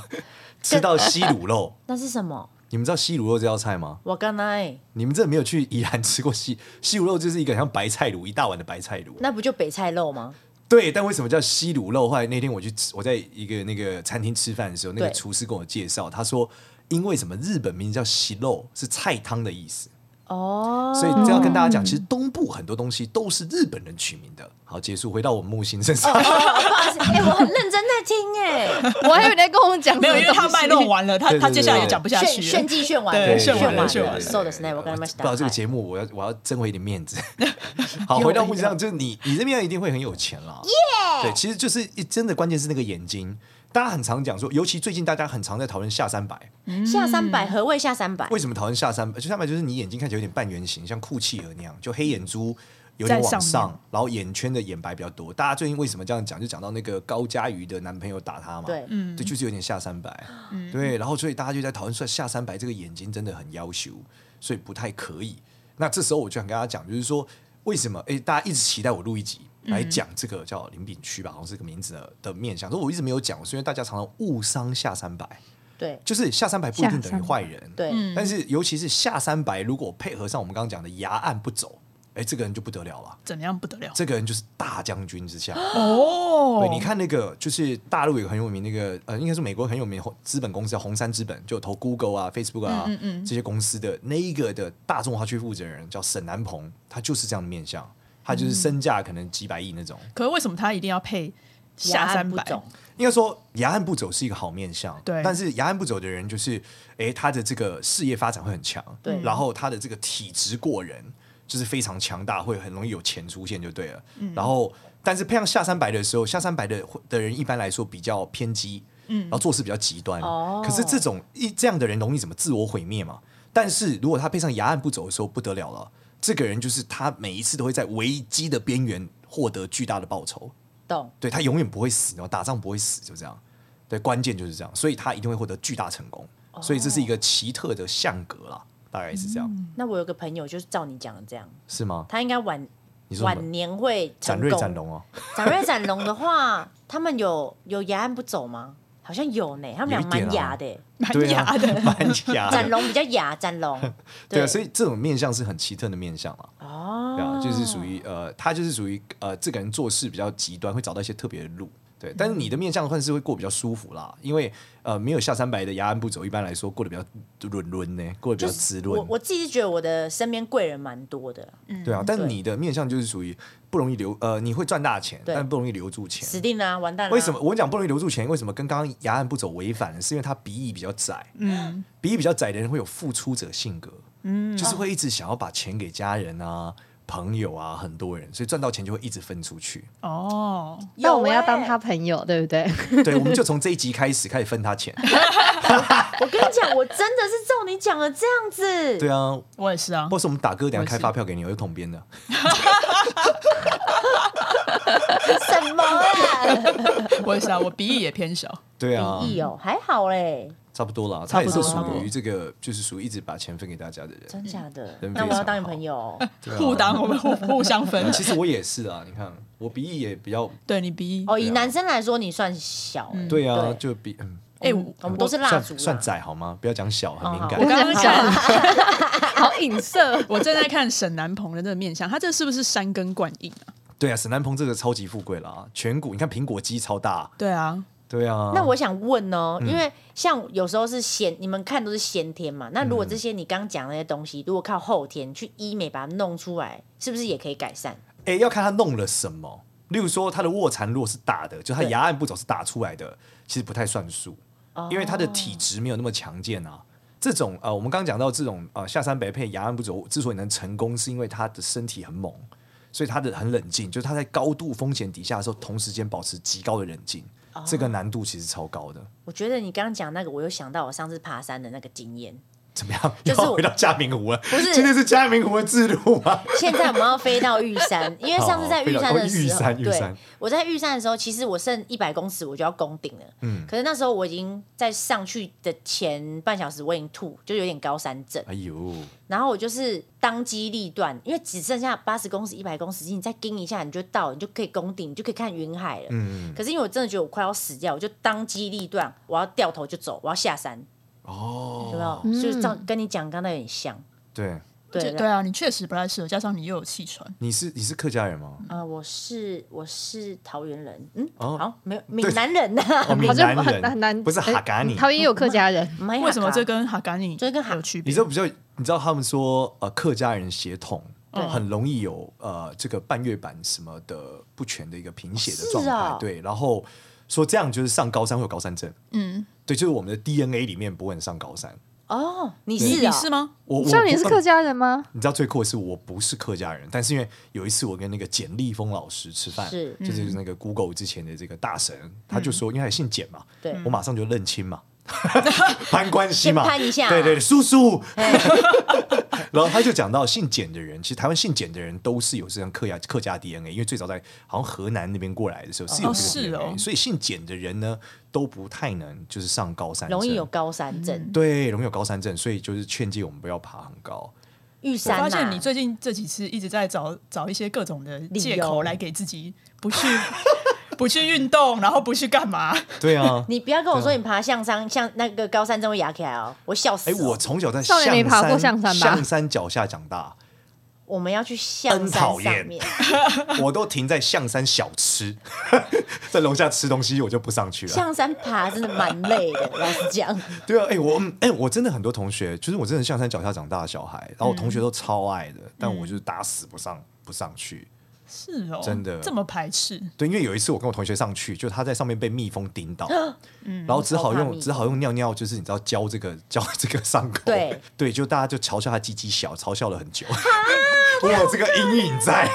S5: 吃到西卤肉，
S4: 那是什么？
S5: 你们知道西卤肉这道菜吗？
S4: 我刚才
S5: 你们真的没有去宜兰吃过西西卤肉，就是一个很像白菜卤一大碗的白菜卤。
S4: 那不就北菜肉吗？
S5: 对，但为什么叫西卤肉？后来那天我去吃，我在一个那个餐厅吃饭的时候，那个
S4: 对
S5: 厨师跟我介绍，他说因为什么日本名叫西肉是菜汤的意思。
S4: 哦，
S5: 所以 这要跟大家讲，其实东部很多东西都是日本人取名的。好，结束，回到我们木星身上。
S4: 哎，我很认真在听哎，
S2: 我还以为你在跟我们讲什么
S1: 没 有，因为他卖弄
S2: 东西
S1: 完了，他
S5: 对对
S1: 他
S5: 对
S1: 接下来也讲不下去
S4: 炫
S1: 了。
S4: 炫技炫完
S1: 对
S4: 了，
S1: 炫完了炫
S4: 炫
S1: 完了
S4: そうですね、わかり
S5: 不
S4: ま
S5: 知
S4: した。
S5: 道这个节目，我要我要争回一点 面子。好，回到目上，就是你你这边一定会很有钱啦。对，其实就是一真的关键是那个眼睛。大家很常讲说，尤其最近大家很常在讨论下三百，
S4: 嗨下三百，何谓下三百？
S5: 为什么讨论下三百？就下三百就是你眼睛看起来有点半圆形，像库契尔那样，就黑眼珠有点
S1: 在
S5: 往上，
S1: 上面
S5: 然后眼圈的眼白比较多。大家最近为什么这样讲？就讲到那个高佳瑜的男朋友打她嘛，
S4: 对
S2: 嗯
S5: 对，就是有点下三白，对，然后所以大家就在讨论说下三白这个眼睛真的很要求，所以不太可以。那这时候我就想跟大家讲，就是说为什么？哎，大家一直期待我录一集。来讲这个叫林炳区吧，好像是个名字的的面相，所以我一直没有讲，是因为大家常常误伤下三白，
S4: 对
S5: 就是下三白不一定
S2: 下
S5: 等
S2: 三
S5: 于
S2: 白
S5: 坏人，
S4: 对，
S3: 嗯
S1: 嗯
S5: 但是尤其是下三白，如果配合上我们刚刚讲的牙按不走，哎，这个人就不得了了。
S3: 哦
S1: 怎么样不得了？
S5: 这个人就是大将军之下，
S1: 哦
S5: 对，你，看那个就是大陆有个很有名那个呃，应该是美国很有名的资本公司叫红杉资本，就有投 Google 啊、Facebook 啊这些公司的那一个的大中华区负责人叫沈南鹏，他就是这样的面相，他就是身价可能几百亿那种。
S1: 可是为什么他一定要配
S4: 雅
S1: 下
S4: 安
S1: 三
S4: 不
S1: 百？
S4: 懂
S5: 应该说，牙按不走是一个好面相，
S1: 对
S5: 但是牙按不走的人，就是诶，他的这个事业发展会很强，
S4: 对
S5: 然后他的这个体质过人，就是非常强大，会很容易有钱出现就对了。然后，但是配上下三白的时候，下三白的的人一般来说比较偏激，嗯，然后做事比较极端。
S4: 哦
S5: 可是这种一这样的人容易怎么自我毁灭嘛？但是如果他配上牙按不走的时候，不得了了，这个人就是他每一次都会在危机的边缘获得巨大的报酬。
S4: 懂，
S5: 对他永远不会死，然后打仗不会死，就这样。对，关键就是这样，所以他一定会获得巨大成功。所以这是一个奇特的相格啦，大概是这样，
S4: 那我有个朋友就是照你讲的这样，
S5: 是吗？
S4: 他应该晚
S5: 你说什么
S4: 晚年会成
S5: 展瑞
S4: 功。
S5: 展龙哦，
S4: 展瑞展龙的话，他们有有牙安不走吗？好像有呢，他们
S5: 有
S4: 俩
S5: 一点啊
S4: 蛮牙的。
S1: 蛮
S5: 对
S1: 雅
S5: 啊
S1: 的，，
S5: 蛮牙
S4: 展
S5: 的。
S4: 龙比较牙，展龙
S5: 对啊，
S4: 对
S5: 所以这种面相是很奇特的面相啦，对啊
S4: 哦，，
S5: 就是属于呃，他就是属于呃，这个人做事比较极端，会找到一些特别的路。对，但是你的面相算是会过比较舒服啦，因为呃，没有下三白的牙安不走，一般来说过得比较伦伦呢，过得比
S4: 就
S5: 较滋
S4: 是
S5: 润。
S4: 我我自己是觉得我的身边贵人蛮多的，
S1: 嗯
S5: 对啊，但
S4: 对
S5: 你的面相就是属于不容易留，呃，你会赚大钱，
S4: 对
S5: 但不容易留住
S4: 死
S5: 钱。
S4: 定啦，完蛋了。
S1: 啊
S5: 为什么？我讲不容易留住钱？为什么跟刚刚牙按不走违反了？是因为他鼻翼比较窄，
S1: 嗯，哦
S5: 鼻翼比较窄的人会有付出者性格，嗯，就是会一直想要把钱给家人啊、朋友啊、很多人，所以赚到钱就会一直分 出去。
S1: 哦，
S4: 有欸？
S2: 那我们要当他朋友，对不对？
S5: 对，我们就从这一集开始开始分他钱。
S4: 我跟你讲，我真的是照你讲的这样子。
S5: 对啊，
S1: 我也是啊，
S5: 或是我们打歌等一下开
S1: 我也是
S5: 发票给你，我就统编的。
S4: 什么啊？
S1: 我也是啊，我鼻翼也偏小，
S5: 对啊，
S4: 意哦，还好嘞，
S5: 差不多啦，
S1: 差
S5: 他
S1: 不
S5: 也
S1: 多哦
S5: 是
S1: 差
S5: 属
S1: 不多
S5: 于这个，就是属于一直把钱分给大家的人。
S4: 真假的？
S5: 嗯人非
S4: 那我要
S5: 常
S4: 当你
S5: 好
S4: 朋友 哦。
S5: 对啊
S1: 互当我们互互相分
S5: 呃。其实我也是啊，你看我鼻翼也比较，
S1: 对你鼻翼，
S4: 哦，以男生来说，你算小欸。
S5: 啊对啊，
S4: 对
S5: 就比嗯，
S1: 哎，我
S4: 我们都是蜡
S5: 算
S4: 烛啦，啊哦
S5: 算窄好吗？不要讲小，很敏感
S1: 我。刚刚看，
S2: 好影射，
S1: 我正在看沈南鹏的这个面相，他这是不是山根冠印啊？
S5: 对啊，沈南鹏这个超级富贵啦，颧骨你看苹果肌超大，
S1: 对啊，
S5: 对啊。嗯
S4: 那我想问哦，因为像有时候是先，你们看都是先天嘛。那
S5: 嗯
S4: 如果这些你刚讲那些东西，如果靠后天去医美把它弄出来，是不是也可以改善？
S5: 哎要看他弄了什么，例如说他的卧蚕如果是打的，就他
S4: 对哦
S5: 牙按不走是打出来的，其实不太算数，因为他的体质没有那么强健啊。这种呃，我们刚刚讲到这种呃，下山白配牙按不走之所以能成功，是因为他的身体很猛，所以他的很冷静，就是他在高度风险底下的时候，同时间保持极高的冷静，
S4: 哦
S5: 这个难度其实超高的。
S4: 我觉得你刚刚讲那个，我又想到我上次爬山的那个经验。
S5: 怎么样？
S4: 就是
S5: 要
S4: 我
S5: 回到嘉明湖了？不
S4: 是
S5: 今天是嘉明湖的制度吗？
S4: 现在我们要飞到玉山，因为上次在玉山的时
S5: 哦飞到
S4: 候，
S5: 玉山玉
S4: 对
S5: 山，
S4: 我在玉山的时候，其实我剩一百公尺我就要攻顶了。嗯，可是那时候我已经在上去的前半小时我已经吐，就有点高山症。
S5: 哎呦，
S4: 然后我就是当机立断，因为只剩下八十公尺、一百公尺，你再盯一下你就到，你就可以攻顶，你就可以看云海了。
S5: 嗯，
S4: 可是因为我真的觉得我快要死掉，我就当机立断，我要掉头就走，我要下山，
S5: 哦，
S4: 有没有？就是照跟你讲刚才有点像。
S5: 对，
S4: 对
S3: 嗯对啊，你确实不太适合，加上你又有气喘，
S5: 你是你是客家 人吗？
S4: 啊，我是我是桃园人，嗯，
S5: 哦
S4: 好，没有闽南人啊 呐，
S5: 哦，闽
S2: 好
S5: 南
S2: 像
S5: 人
S2: 很很难，呃
S5: 不是哈嘎尼，
S2: 桃园也有客家人，
S4: 没有
S3: 为什么
S4: 啊
S3: 这跟哈嘎尼
S4: 这跟哈
S3: 有区别？
S5: 你知道比较，你知道他们说呃客家人血统
S4: 对
S5: 很容易有呃这个半月板什么的不全的一个贫血的状态，
S4: 是啊
S5: 对，然后说这样就是上高山会有高山症，
S3: 嗯，
S5: 对，就是我们的 DNA 里面不会很上高山。
S4: 哦，你
S3: 你
S4: 是
S3: 你
S4: 啊，
S3: 是吗？
S5: 我我
S2: 少年是
S5: 不
S2: 客家人吗？
S5: 你知道最酷的是，我不是客家人，但是因为有一次我跟那个简立峰老师吃饭，
S4: 是
S5: 就是那
S2: 嗯
S5: 个 Google 之前的这个大神，他就说，因为他也姓简嘛，
S4: 对
S5: 我马上就认 亲嘛，攀关系
S4: 先
S5: 嘛，
S4: 攀一下
S5: 对对对，叔叔。
S2: 哎
S5: 然后他就讲到姓简的人，其实台湾姓简的人都是有这样客家客家 DNA，因为最早在好像河南那边过来的时候是有
S3: 哦
S5: 这
S3: 是
S5: 个 DNA，、
S3: 哦
S5: 所以姓简的人呢都不太能就是上高山，
S4: 容易有。高山症，
S5: 对，容易有高山症，所以就是劝诫我们不要爬很高。
S4: 玉
S3: 我
S4: 山啊
S3: 发现
S4: 呐
S3: 你最近这几次一直在找找一些各种的借
S4: 理由
S3: 口来给自己不去 不去运动，然后不去干嘛。
S5: 对啊，
S4: 你不要跟我说你爬象山，像那个高山症会压起来哦，我笑死
S5: 哎、
S4: 哦。
S5: 我从小在
S2: 少
S5: 象
S2: 年
S5: 山
S2: 没爬过象山吧
S5: 象山脚下长大，
S4: 我们要去象
S5: 真
S4: 山
S5: 讨厌
S4: 上面，
S5: 我都停在象山小吃， 在楼下吃东西，我就不上去 了。
S4: 象山爬真的蛮累的，老实 讲。
S5: 对啊，哎、我嗯哎、我真的很多同学，就是我真的象山脚下长大的小孩，然后我同学
S4: 嗯
S5: 都超爱的，但我就是打死不上不上去。
S3: 是哦，
S5: 真的
S3: 这么排斥，
S5: 对，因为有一次我跟我同学上去，就他在上面被蜜蜂叮到，然后只好
S4: 好怕嗯蜜
S5: 用
S4: 蜂
S5: 只好用尿尿，就是你知道浇这个浇这个伤口，
S4: 对啊
S5: 就大家就嘲笑他鸡鸡小，嘲笑了很久，我有这个阴影在。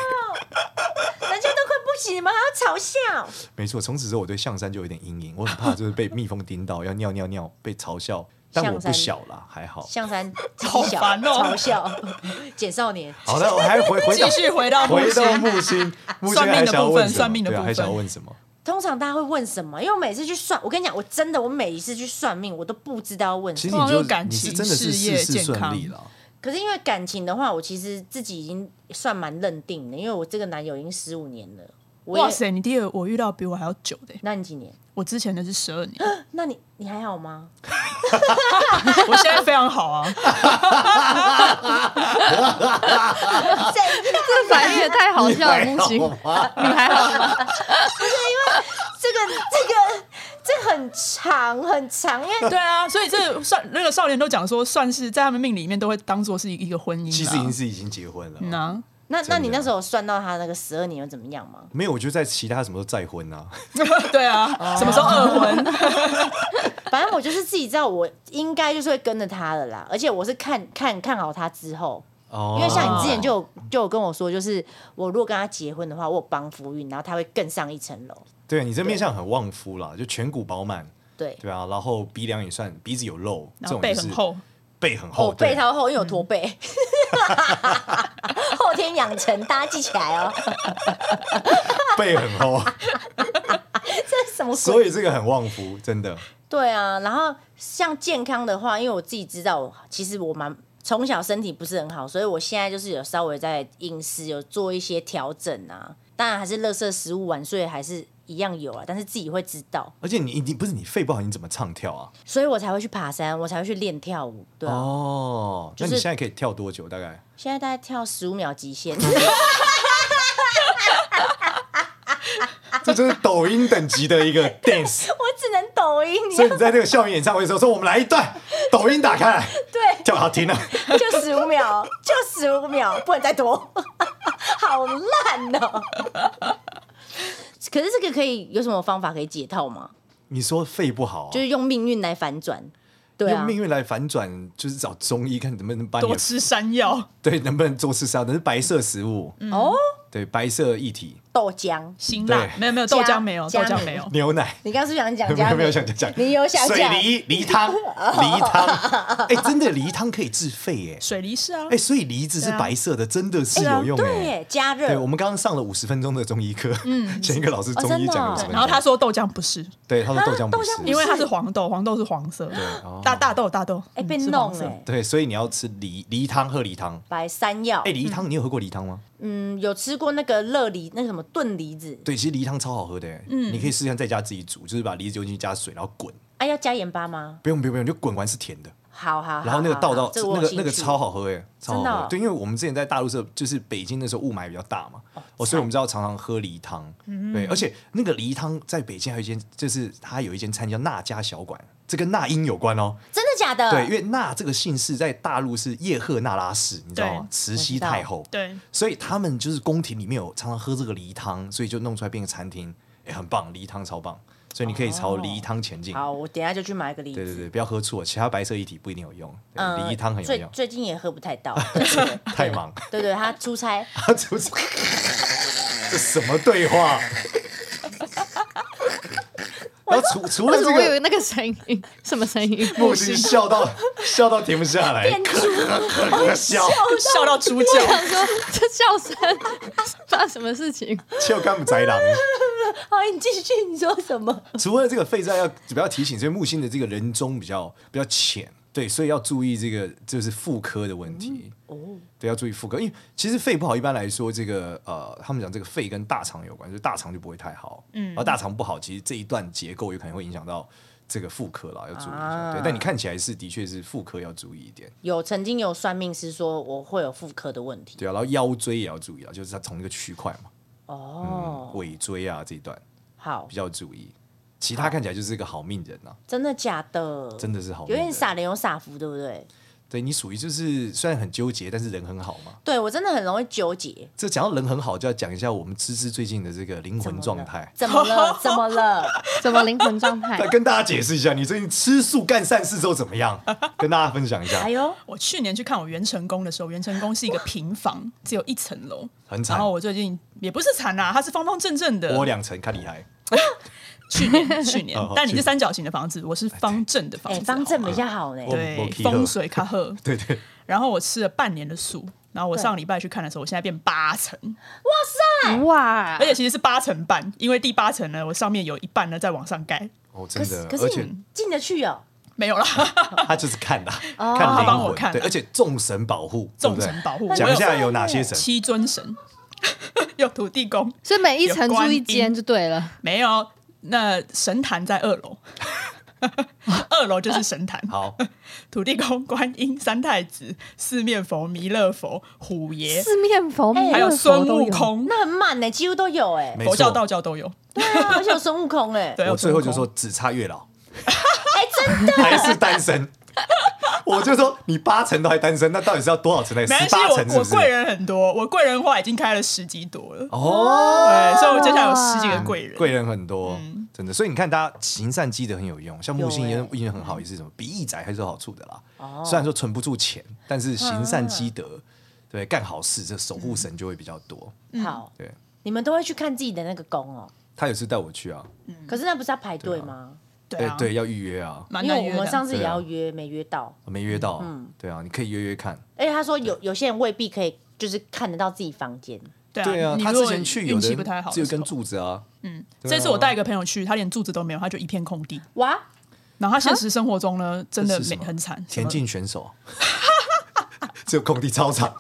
S4: 人家都快不行，你们还要嘲笑？
S5: 没错，从此之后我对象山就有点阴影，我很怕就是被蜜蜂叮到，要尿尿尿被嘲笑，但我
S4: 象
S5: 不
S4: 山
S5: 小啦，还好。
S4: 象山
S3: 好
S4: 小
S3: 烦哦
S4: 嘲笑 简少年，
S5: 好的，我还回回
S3: 继
S5: 到
S3: 续回到木
S5: 回
S3: 星
S5: 到 木星，木星
S3: 算命的
S5: 还想要
S3: 部
S5: 问
S3: 分
S5: 什么
S3: 算命的
S5: 对啊
S3: 部
S5: 还想要
S3: 分
S5: 问什么？
S4: 通常大家会问什么？因为我每次去算，我跟你讲，我真的我每一次去算命，我都不知道要问什
S5: 其
S4: 么。
S5: 实你
S3: 通常
S5: 就
S3: 就感
S5: 你是
S3: 情
S5: 真的是
S3: 事
S5: 事
S3: 业
S5: 事
S3: 健
S5: 顺
S3: 康
S5: 利了，
S4: 可是因为感情的话，我其实自己已经算蛮认定的，因为我这个男友已经十五年了。我也
S3: 哇！塞，你第二我遇到比我还要久的，
S4: 那你几年？
S3: 我之前的是十二年，
S4: 那你你还好吗？
S3: 我现在非常好 啊。
S4: 啊
S2: 这 反应也太好笑了，木星， 你还好吗？
S4: 这个这个这很长很长，因 为
S3: 对啊，所以这算那个少年都讲说，算是在他们命里面都会当做是一个婚姻啦。
S5: 其实已经是已经结婚
S3: 嗯
S5: 了。
S3: 啊，
S4: 那
S5: 真的
S4: 那你那时候有算到他那个十二年又怎么样吗？
S5: 没有，我就在其他什么时候再婚啊？
S3: 对
S4: 哦
S3: 啊，什么时候二婚？
S4: 反正我就是自己知道，我应该就是会跟着他的啦。而且我是看看看好他之后，
S5: 哦
S4: 因为像你之前就有就有跟我说，就是我如果跟他结婚的话，我有帮夫运，然后他会更上一层楼。
S5: 对啊你这面相很旺夫啦，就颧骨饱满，
S4: 对，
S5: 对啊，然后鼻梁也算鼻子有肉，这
S3: 然后
S5: 种
S3: 背
S5: 就是
S3: 很，厚，
S5: 背很厚，
S4: 哦，背
S5: 对嗯
S4: 超厚，因为有驼背， 后天养成，大家记起来 哦。
S5: 背很厚，
S4: 这是什么
S5: 所
S4: 鬼？
S5: 以这个很旺夫，真的。
S4: 对啊，然后像健康的话，因为我自己知道我，其实我蛮从小身体不是很好，所以我现在就是有稍微在饮食有做一些调整啊。当然还是垃圾食物晚睡还是一样有啊，但是自己会知道，
S5: 而且你你不是你肺不好，你怎么唱跳啊？
S4: 所以我才会去爬山，我才会去练跳舞。对啊，
S5: 哦，那
S4: 是
S5: 你现在可以跳多久？大概
S4: 现在大概跳十五秒极限。
S3: 啊
S5: 这就是抖音等级的一个 dance。
S4: 我只能抖音，你
S5: 所以你在这个校园演唱会的时候说，我们来一段抖音打开来，
S4: 对，
S5: 跳好听啊了。
S4: 就十五秒，就十五秒，不能再多，好烂哦。可是这个可以有什么方法可以解套吗？
S5: 你说肺不好啊、
S4: 就是用命运来反转，对
S5: 用
S4: 啊，
S5: 命运来反转，就是找中医看能不能把你
S3: 多
S5: 的
S3: 吃山药、
S5: 对能不能做吃沙，但是白色食物，
S4: 哦，
S5: 对白色液体，
S4: 豆浆。
S3: 辛辣，
S5: 对
S3: 没有没有豆
S4: 加
S3: 浆没有豆
S4: 加
S3: 浆
S4: 米
S3: 没有，
S5: 牛奶。
S4: 你刚刚是不是想哦讲
S5: 没
S4: 加
S5: 有没有
S4: 美
S5: 想讲讲，
S4: 你有想
S5: 水
S4: 讲哦
S5: 梨梨 汤梨汤，哎，真的梨汤可以治肺耶，
S3: 水梨是啊
S5: 哎，，所以梨子是
S3: 对啊
S5: 白色的，真的是
S3: 是啊
S5: 有用
S4: 对
S5: 哎。
S4: 耶，加
S5: 对，
S4: 热
S5: 我们刚刚上了五十分钟的中医课，嗯， 前一个老师中医讲了
S4: 哦真的哦
S5: 五十分钟，
S3: 然后他说豆浆不是，
S5: 对他说豆
S4: 啊
S5: 浆不是，
S3: 因为它是黄豆，黄豆是黄色的，
S5: 哦
S3: 大大豆大豆，
S4: 哎
S3: 嗯
S4: 被
S3: 是
S4: 弄
S3: 黄色
S4: 哎，
S5: 对，所以你要吃梨梨汤，喝梨汤。
S4: 白山药
S5: 哎，，梨汤你有喝过梨汤吗？
S4: 嗯，有吃过那个热梨，那个什么炖梨子，
S5: 对，其实梨汤超好喝的耶，
S4: 嗯
S5: 你可以试试看在家自己煮，就是把梨子丢进去加水，然后滚，
S4: 哎，要加盐巴吗？
S5: 不用不用不用，就滚完是甜的，
S4: 好好，好
S5: 然后那个倒
S4: 好
S5: 到
S4: 啊好这我有
S5: 那个
S4: 兴
S5: 那个
S4: 趣
S5: 超好喝哎、超好
S4: 真的哦
S5: 喝。对，因为我们之前在大陆是就是北京的时候雾霾比较大嘛，哦，
S4: 啊
S5: 所以我们知道常常喝梨汤。
S4: 嗯
S5: 对，而且那个梨汤在北京还有一间，就是它有一间餐叫那家小馆，这跟那英有关哦。
S4: 真的假的？
S5: 对，因为那这个姓氏在大陆是叶赫那拉氏，你知道吗？
S3: 对
S5: 慈禧太后。
S3: 对，
S5: 所以他们就是宫廷里面有常常喝这个梨汤，所以就弄出来变个餐厅，哎、很棒，梨汤超棒，所以你可以
S2: 哦
S5: 朝梨汤前进。
S4: 好，我等一下就去买个梨子。
S5: 对对对，不要喝醋啊，其他白色液体不一定有用，对
S2: 呃
S4: 嗯
S5: 梨汤很有
S4: 最
S5: 用，
S4: 最近也喝不太 到，
S5: 太忙。
S4: 对对，他出差，
S5: 他就是这什么 对话？然后除除了
S2: 为什
S5: 这
S2: 么会有
S5: 个，
S2: 那个声音？什么声音？
S5: 木星笑到笑到停不下来，笑
S1: 笑到猪叫，
S2: 想说这笑声发生什么事情？
S5: 笑干不宅狼。
S4: 好，你继续，你说什么？
S5: 除了这个肺在要比较提醒，所以木星的这个人中比较比较浅，对，所以要注意这个就是妇科的问题。
S4: 嗯
S5: 哦，对，要注意妇科，因为其实肺不好，一般来说这个呃，他们讲这个肺跟大肠有关，就是大肠就不会太好，嗯，然后大肠不好，其实这一段结构有可能会影响到。这个妇科啦，要注意一下。
S4: 啊
S5: 对，但你看起来是的确是妇科要注意一点，
S4: 有曾经有算命师说我会有妇科的问题
S5: 对啊，然后腰椎也要注意啊，就是它同一个区块嘛，
S4: 哦，
S5: 尾椎啊这一段
S4: 好
S5: 比，较注意，其他看起来就是一个好命人呐、
S4: 真的假的？
S5: 真的是好命
S4: 有
S5: 人，
S4: 点傻人有傻福，对不对？
S5: 对你属于就是虽然很纠结，但是人很好嘛。
S4: 对我真的很容易纠结，
S5: 这讲到人很好，就要讲一下我们芝芝最近的这个灵
S4: 怎
S5: 魂
S4: 么
S5: 状
S4: 了
S5: 态。
S4: 怎么 了？怎么了？
S2: 怎么灵魂状态
S5: 来？跟大家解释一下，你最近吃素干善事之后怎么 样？跟大家分享一下
S4: 哎。 呦，
S3: 我去年去看我元成功的时候，元成功是一个平房，只有一层楼，
S5: 很惨
S3: 然后我呃最近也不是惨啦、它是方方正正的。
S5: 我两层，看你还
S3: 去年去年
S5: 哦好，
S3: 但你
S5: 去
S3: 是
S5: 年
S3: 三角形的房子，我是方正的房
S4: 哎，
S3: 子。
S4: 方正
S3: 好
S4: 比较好呢。
S5: 我我
S3: 对
S5: 气
S3: 风
S5: 喝
S3: 水卡赫。
S5: 对对，
S3: 然后我吃了半年的素，然后我上礼拜去看的时候，我现在变八层，
S2: 哇
S4: 啊
S3: 而！且其实是八层半，因为第八层呢，我上面有一半呢在往上盖，
S5: 哦真
S4: 可
S5: 的
S4: 是，可
S5: 而
S4: 是
S5: 且
S4: 你进得去哦，
S3: 没有啦，
S5: 他就是看啦，
S3: 哦他
S5: 看
S3: 帮
S5: 灵
S3: 我
S5: 魂，
S3: 看
S5: 对，而且众神保护，对
S3: 众
S5: 不对
S3: 神保护
S5: 讲一
S3: 我
S5: 下
S4: 有
S5: 有哪些神？
S3: 七尊神， 有土地公，
S2: 所以每一层住一间就对了。
S3: 没有，那神坛在二楼， 二楼就是神坛，
S5: 好，
S3: 土地公、观音、三太子、四面佛、弥勒佛、虎爷，
S2: 四面佛、弥
S3: 还有
S2: 勒佛
S3: 孙
S2: 都
S3: 悟
S2: 有。
S3: 空，
S4: 那很满呢，几乎都有哎。
S5: 没
S3: 佛教、道
S5: 错。
S3: 教都有。
S4: 对啊，而且有孙悟空哎，
S3: 对，
S5: 我最后就说
S3: 有
S5: 只差月 老，
S4: 哎，真的
S5: 还是单身。我就说你八成都还单身，那到底是要多少层才
S3: 孙悟空。没关系，
S5: 十八层
S3: 我
S5: 是不
S3: 我
S5: 是？
S3: 贵人很多，我贵人花已经开了十几朵了，
S5: 哦，
S3: 对，所以我接下来有十几个贵人。嗯
S5: 贵人很多，真的。所以你看，大家行善积德很有用，像木
S4: 有
S5: 星也
S4: 欸
S5: 运很好，也是什么比翼仔还是有好处的啦。
S3: 哦
S5: 虽然说存不住钱，但是行善积
S3: 嗯
S5: 德，对，干好事，这守护神就会比较多。
S4: 好，
S5: 对
S4: 你们都会去看自己的那个宫哦，
S5: 他有次带我去啊，
S4: 可是那不是要排队吗？
S3: 对
S5: 对
S3: 啊，
S5: 对，要预约啊，
S3: 嗯蛮
S4: 因
S3: 难
S4: 为
S3: 约
S4: 我们
S3: 的。
S4: 上次也
S5: 对啊
S4: 要约，没约到。
S5: 没约到，
S3: 嗯
S5: 对啊，你可以约约看。
S4: 而且他说有有些人未必可以，就是看得到自己房间。
S5: 对啊，
S3: 你
S5: 他
S3: 如
S5: 之
S3: 果
S5: 前去有
S3: 运气
S5: 的
S3: 不太好的时候，
S5: 只有根柱子啊，嗯，
S3: 这次我带一个朋友去，他连柱子都没有，他就一片空地。
S4: 哇，
S3: 然后他现实生活中呢，真的
S5: 这是
S3: 没
S5: 什么
S3: 很惨，什
S5: 田
S3: 么
S5: 径选手， 只有空地操场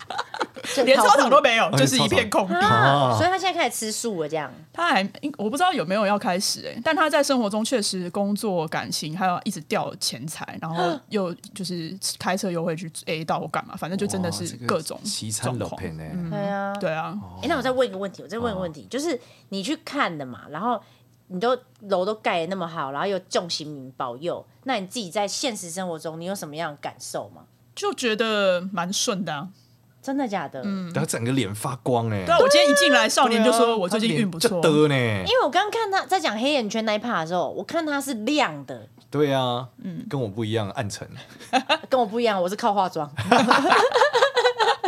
S4: 这
S3: 连
S4: 跑
S3: 操场
S4: 步
S3: 都没有，
S5: 啊
S3: 就是一
S5: 操
S3: 片
S5: 场
S3: 空地。
S4: 啊，
S5: 啊
S4: 所以他现在开始吃素了，这样
S3: 他还应我不知道有没有要开始哎、但他在生活中确实工作、感情，还有一直掉钱财，然后又就是开车又会去 A 到我干嘛，反正就真的
S5: 哇
S3: 是
S5: 这个
S3: 各种
S5: 奇餐哦
S3: 状
S5: 老
S3: 况。
S5: 片欸呢，
S4: 对啊。
S3: 对啊，
S4: 哎，那我再问一个问题，我再问一个问题，
S5: 啊
S4: 就是你去看的嘛，然后你都楼都盖的那么好，然后又众神明保佑，那你自己在现实生活中，你有什么样的感受吗？
S3: 就觉得蛮顺的啊。
S4: 真的假的？嗯，
S5: 他整个脸发光哎
S3: 对，啊，我今天一进来，少年就
S5: 对
S3: 说
S5: 啊
S3: 我最近
S5: 他脸
S3: 运不错
S5: 就，得呢
S4: 因，为我刚看他在讲黑眼圈那一 part 的时候，我看他是亮的，
S5: 对啊，嗯，跟我不一样，暗沉，
S4: 跟我不一样，我是靠化妆。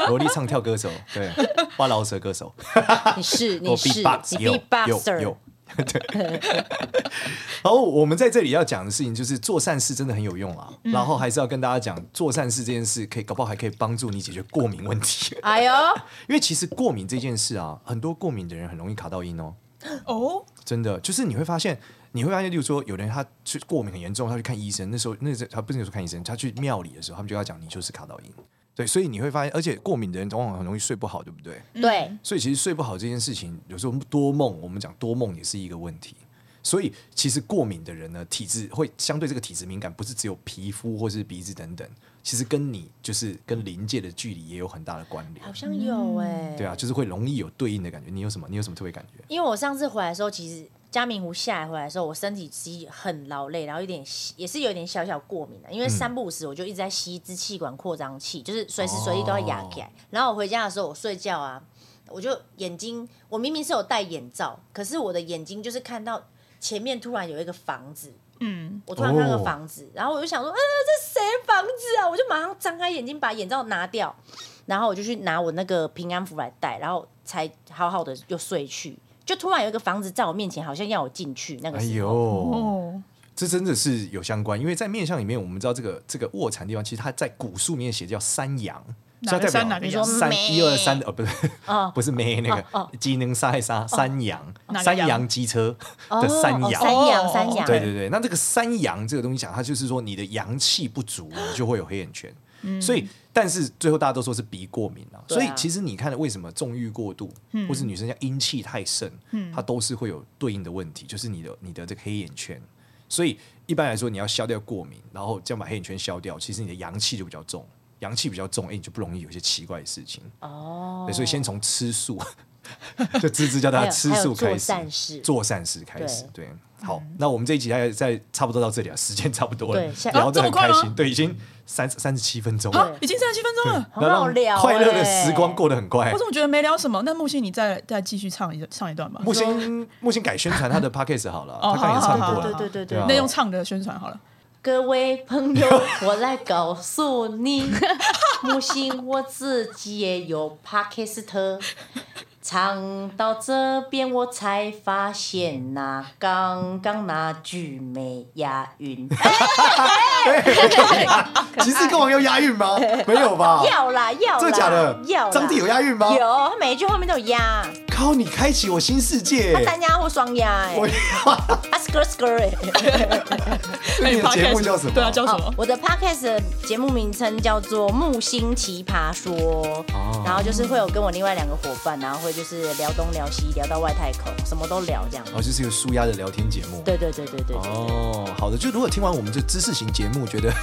S5: 萝莉唱跳歌 手，对，花老舌歌手，
S4: 你是你
S5: 我
S4: 是
S5: B
S4: 你
S5: box 有
S4: B boxer，
S5: 有有， 对。然后我们在这里要讲的事情就是做善事真的很有用啊，
S4: 嗯
S5: 然后还是要跟大家讲，做善事这件事可以搞不好还可以帮助你解决过敏问题，
S4: 哎呦，
S5: 因为其实过敏这件事啊，很多过敏的人很容易卡到音哦，
S3: 哦，
S5: 真的，就是你会发现，你会发现，例如说，有的人他去过敏很严重，他去看医生，那时候那时候他不是那时候看医生，他去庙里的时候，他们就要讲你就是卡到音。对，所以你会发现，而且过敏的人往往很容易睡不好，对不对？
S4: 对，
S5: 所以其实睡不好这件事情，有时候多梦，我们讲多梦也是一个问题。所以其实过敏的人呢，体质会相对这个体质敏感，不是只有皮肤或是鼻子等等，其实跟你就是跟临界的距离也有很大的关联
S4: 好。像有哎、
S5: 对啊，就是会容易有对应的感觉。你有什么？你有什么特别感觉？
S4: 因为我上次回来的时候，其实嘉明湖下来回来的时候，我身体其实很劳累，然后有点也是有点小小过敏的，啊
S5: 嗯
S4: 因为三不五时我就一直在吸一支气管扩张器，就是随
S5: 哦
S4: 时随地都要压起来。然后我回家的时候，我睡觉啊，我就眼睛，我明明是有戴眼罩，可是我的眼睛就是看到前面突然有一个房子，
S3: 嗯，
S4: 我突然看到个
S5: 哦
S4: 房子，然后我就想说，呃，这谁房子啊？我就马上张开眼睛把眼罩拿掉，然后我就去拿我那个平安符来戴，然后才好好的又睡去。就突然有一个房子在我面前，好像要我进去那个
S5: 哎
S4: 时
S5: 呦，
S4: 候，
S3: 哦，
S5: 这真的是有相关，因为在面相里面，我们知道这个这个卧蚕地方，其实它在古书里面写叫山羊，
S3: 哪个山哪个羊
S4: 你说
S5: 三
S4: 咩
S5: 一二三的，呃，不是，
S4: 嗯哦
S5: 不是咩那
S4: 哦
S5: 个，机能杀害杀山羊，
S3: 哪个
S5: 山
S3: 羊
S5: 羊机车
S4: 哦
S5: 的山
S4: 哦
S5: 羊，
S4: 山羊，
S3: 哦
S4: 山羊，
S5: 对对对，那这个山羊这个东西讲，它就是说你的阳气不足，你就会有黑眼圈。所以，但是最后大家都说是鼻过敏啊。
S4: 嗯对啊嗯
S5: 所以其实你看，为什么纵欲过度，或是女生像阴气太盛，它都是会有对应的问题，就是你的你的这个黑眼圈。所以一般来说，你要消掉过敏，然后这样把黑眼圈消掉，其实你的阳气就比较重，阳气比较重，哎、你就不容易有一些奇怪的事情。
S4: 哦
S5: 对，所以先从吃素， 就芝芝教大
S4: 还
S5: 家
S4: 有
S5: 吃
S4: 还有
S5: 素
S4: 做
S5: 开始，
S4: 善事
S5: 做善事开始。对，好，
S3: 嗯
S5: 那我们这一集大概在差不多到这里了，时间差不多了
S4: 对下，
S5: 聊得
S3: 啊这
S5: 很
S3: 么快
S5: 开
S3: 吗
S5: 心，对，已经三三十七分钟
S3: 啊
S5: 了，，
S3: 已经三十七分钟了。
S4: 很好聊
S5: 然
S4: 欸
S5: 后快乐的时光过得很快
S3: 我。怎么觉得没聊什么？那木星，你再再继续唱一唱一段吧。
S5: 木星木星改宣传他的 podcast 好了，
S3: 哦
S5: 他刚才也
S3: 好好
S5: 唱
S3: 好
S5: 过
S4: 对对
S5: 了，
S4: 对
S5: 对
S4: 对
S5: 啊
S3: 那用唱的宣传 好了。
S4: 各位朋友，我来告诉 你，木星我自己也有 podcast，唱到这边我才发现呐、刚刚那句没押 韵，
S5: 其实跟我有押 韵吗？没有吧？
S4: 哎要啦要啦，
S5: 哦真的假的
S4: 要？啦
S5: 张帝有押韵吗？
S4: 有，他每一句后面都有押，
S5: 靠，你开启我新世界
S4: 他。单押或双押哎、
S5: 我
S4: 啊 skr skr 哎、
S5: 所以你的节目
S3: Podcast
S5: 叫什么？
S3: 对啊，叫什
S4: 哦
S3: 么？
S4: 我的 podcast 的节目名称叫做《木星奇葩说》，
S5: 哦
S4: 然后就是会有跟我另外两个伙伴，然后会就是聊东聊西，聊到外太空，什么都聊这样。
S5: 哦，就是一个舒压的聊天节目。
S4: 对对对对对，
S5: 哦，好的，就如果听完我们这知识型节目，觉得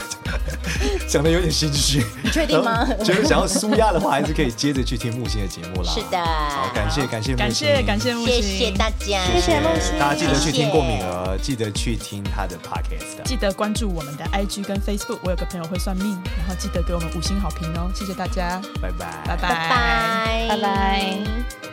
S5: 讲的有点心虚，你
S4: 确定吗
S5: 觉得想要舒压的话，还是可以接着去听木星的节目啦。
S4: 是的
S5: 好，感谢感谢木
S3: 感
S5: 星
S3: 谢感谢木
S4: 谢
S3: 星，
S4: 谢大家，
S5: 谢谢
S4: 梦
S5: 大家记得去
S4: 谢
S5: 听
S4: 谢
S5: 过敏儿，记得去听他的 podcast。
S3: 记得关注我们的 IG 跟 Facebook，我有个朋友会算命，然后记得给我们五星好评哦，谢谢大家，
S5: 拜拜，
S3: 拜拜
S4: 拜拜
S2: 拜拜